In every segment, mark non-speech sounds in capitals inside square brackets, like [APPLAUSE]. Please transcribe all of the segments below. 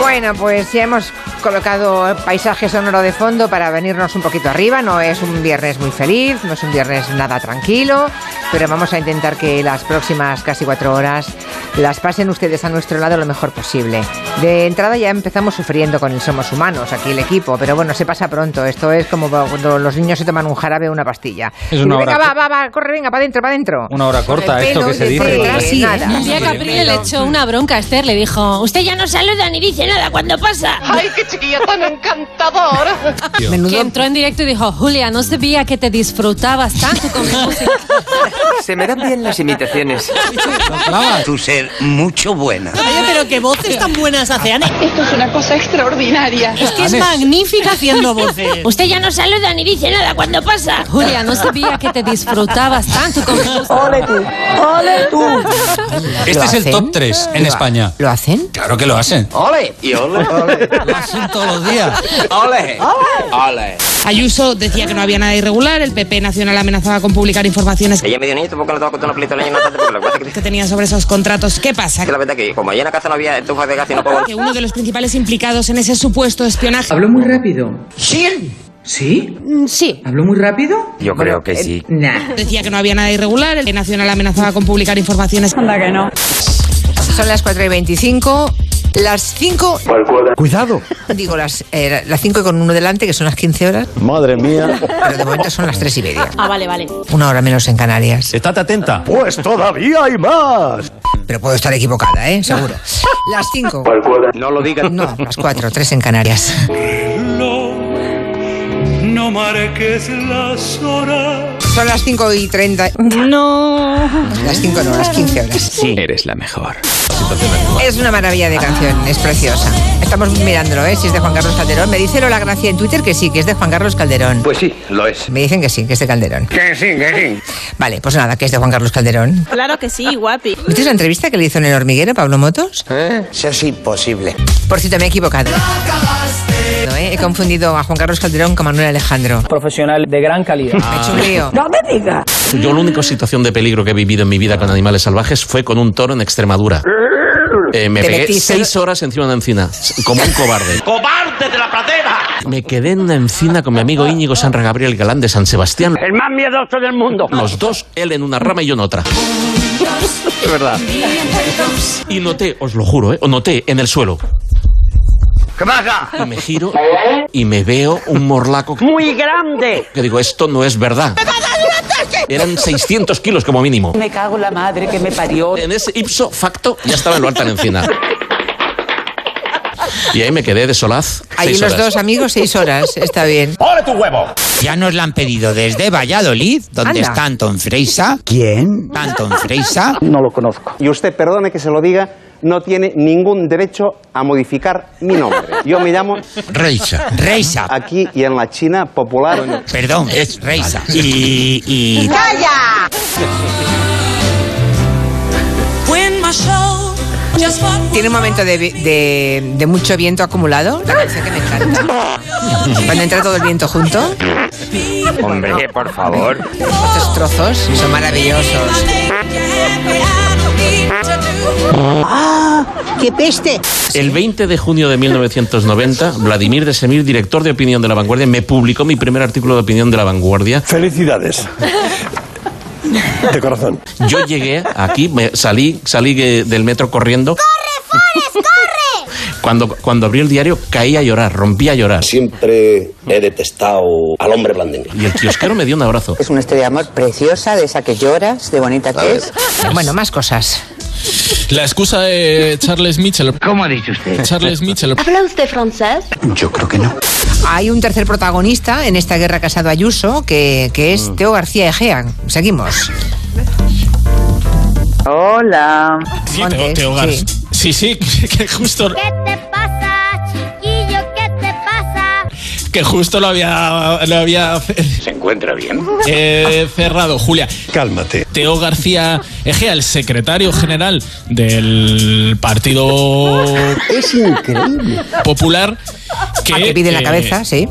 Bueno, pues ya hemos colocado paisaje sonoro de fondo para venirnos un poquito arriba. No es un viernes muy feliz, no es un viernes nada tranquilo, pero vamos a intentar que las próximas casi cuatro horas las pasen ustedes a nuestro lado lo mejor posible. De entrada ya empezamos sufriendo con el Somos Humanos, aquí el equipo, pero bueno, se pasa pronto. Esto es como cuando los niños se toman un jarabe o una pastilla. Es una Y venga, hora- va, va, va, corre, venga, para adentro, para adentro. Una hora corta, El esto pelo que se de dice. detrás, ¿vale? Sí, ¿eh? nada. Un día Caprile le echó una bronca a Esther, le dijo, usted ya no saluda ni dice nada cuando pasa. ¡Ay, qué chiquilla tan encantadora! Que entró en directo y dijo, Julia, no sabía que te disfrutabas tanto con mi música. Se me dan bien las imitaciones. Tú ser mucho buena. Oye, pero qué voces tan buenas hace Ane. Esto es una cosa extraordinaria. Es que es magnífica haciendo voces. [LAUGHS] Usted ya no saluda ni dice nada cuando pasa. Julia, no sabía que te disfrutabas tanto con mi música. ¿Lo Este es el hacen? top 3 en ¿Lo ha- España. ¿Lo hacen? Claro que lo hacen. ¡Ole! Y ole, ole. Lo hacen Oh, todos los días. ¡Ole! ¡Ole! Ayuso decía que no había nada irregular, el PP Nacional amenazaba con publicar informaciones [LAUGHS] Ella me dio niño, tampoco le estaba contando una película año no tanto, porque lo que [LAUGHS] pasa es que tenía sobre esos contratos. ¿Qué pasa? que la verdad que como allá en la casa no había estufas de gas y no puedo... Que uno de los principales implicados en ese supuesto espionaje ¿Habló muy rápido? ¿Sí? Sí. ¿Habló muy rápido? [LAUGHS] Yo creo que sí. Nah. decía que no había nada irregular, el PP Nacional amenazaba con publicar informaciones. Son las 4 y 25. Las 5, Cuidado. digo, las, eh, las 5 con uno delante, que son las 15 horas, Madre mía. pero de momento son las 3 y media. Ah, vale, vale. Una hora menos en Canarias. Estate atenta. Pues todavía hay más. Pero puedo estar equivocada, ¿eh? Seguro. [LAUGHS] Las 5. No lo digas. No, las 4, 3 en Canarias. No marques las horas. Son las 5 y 30. No. Las 5 no, las 15 horas. Sí, eres la mejor. Es una maravilla de canción, es preciosa. Estamos mirándolo, ¿eh? Si es de Juan Carlos Calderón. Me dice Lola Gracia en Twitter que sí, que es de Juan Carlos Calderón. Pues sí, lo es. Me dicen que sí, que es de Calderón. Que sí, que Vale, pues nada, que es de Juan Carlos Calderón. Claro que sí, guapi. ¿Viste la entrevista que le hizo en El Hormiguero, Pablo Motos? Si es imposible. Por cierto, me he equivocado. No, ¿eh? He confundido a Juan Carlos Calderón con Manuel Alejandro. Profesional de gran calidad. Me he hecho un lío. Yo la única situación de peligro que he vivido en mi vida con animales salvajes fue con un toro en Extremadura. Eh, me Te pegué metiste- seis horas encima de una encina, s- como un cobarde. ¡Cobarde de la pradera! Me quedé en una encina con mi amigo Íñigo Sanra Gabriel Galán de San Sebastián. El más miedoso del mundo. Los dos, él en una rama y yo [LAUGHS] en otra. De verdad. Y noté, os lo juro, ¿eh? noté en el suelo. ¿Qué pasa? Y me giro y me veo un morlaco Muy grande. que digo, esto no es verdad. Eran 600 kilos como mínimo. Me cago la madre que me parió. En ese ipso facto ya estaba en lo alta en encina. Y ahí me quedé de solaz. Ahí seis los horas. dos amigos, seis horas. Está bien. ¡Ole tu huevo! Ya nos la han pedido desde Valladolid, donde Anda. está Anton Freisa. ¿Quién? Anton Freisa. No lo conozco. Y usted, perdone que se lo diga, no tiene ningún derecho a modificar mi nombre. Yo me llamo Reisa. Reisa. aquí y en la China popular. Perdón, Ah, es Reisa. Y, y Tiene un momento de, vi- de- de mucho viento acumulado. La canción que me encanta. Cuando entra todo el viento junto, Hombre, por favor. estos trozos son maravillosos. ¡Qué peste! El 20 de junio de 1990, Vladimir de Semir, director de opinión de La Vanguardia, me publicó mi primer artículo de opinión de La Vanguardia. Felicidades. De corazón. Yo llegué aquí, me salí, salí de- del metro corriendo. ¡Corre, Forrest, corre! Cuando, cuando abrí el diario, caí a llorar, rompí a llorar. Siempre he detestado al hombre blandengue. Y el kiosquero me dio un abrazo. Es una historia de amor preciosa, de esa que lloras, de bonita que es. Bueno, más cosas. La excusa de Charles Mitchell. ¿Cómo ha dicho usted? Charles Mitchell. ¿Habla usted francés? Yo creo que no. Hay un tercer protagonista en esta guerra casado Ayuso, que, que es Teo García Egea. Seguimos. Hola. Sí, Montes, Teo- Teo Gar- sí. sí, que justo ¿Qué te pasa, chiquillo? ¿Qué te pasa? que justo lo había, lo había ¿Se encuentra bien? eh, cerrado, Julia. Cálmate. Teo García Egea, el secretario general del Partido Es increíble. Popular, que, Al que pide la cabeza, sí.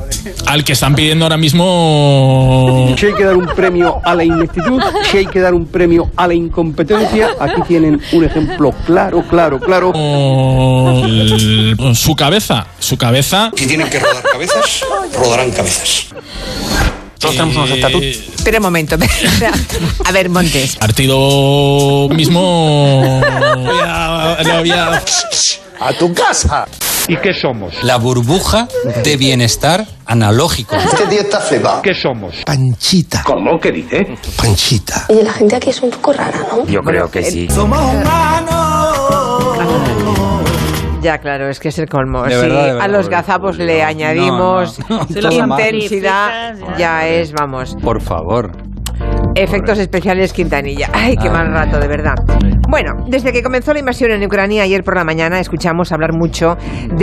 Al que están pidiendo ahora Oh. mismo. Si hay que dar un premio a la ineptitud, si hay que dar un premio a la incompetencia, aquí tienen un ejemplo claro, claro, claro. el- su cabeza. Su cabeza. Si tienen que rodar cabezas, [LAUGHS] rodarán cabezas. Todos tenemos unos estatutos. Espera un momento. [LAUGHS] a ver, Montes. Partido mismo. A tu casa. ¿Y qué somos? La burbuja de bienestar analógico. Este tío está flipado. ¿Qué somos? Panchita. ¿Cómo? ¿Qué dice? Panchita. Y la gente aquí es un poco rara, ¿no? Yo creo que sí. [LAUGHS] Ya, claro, es que es el colmo. De Si verdad, de verdad, a los Julio. gazapos le añadimos No, no. Se los intensidad, amargas. ya es, vamos. Por favor. Ah. Efectos especiales Quintanilla. Ay, qué Ay. mal rato, de verdad. Bueno, desde que comenzó la invasión en Ucrania ayer por la mañana, escuchamos hablar mucho de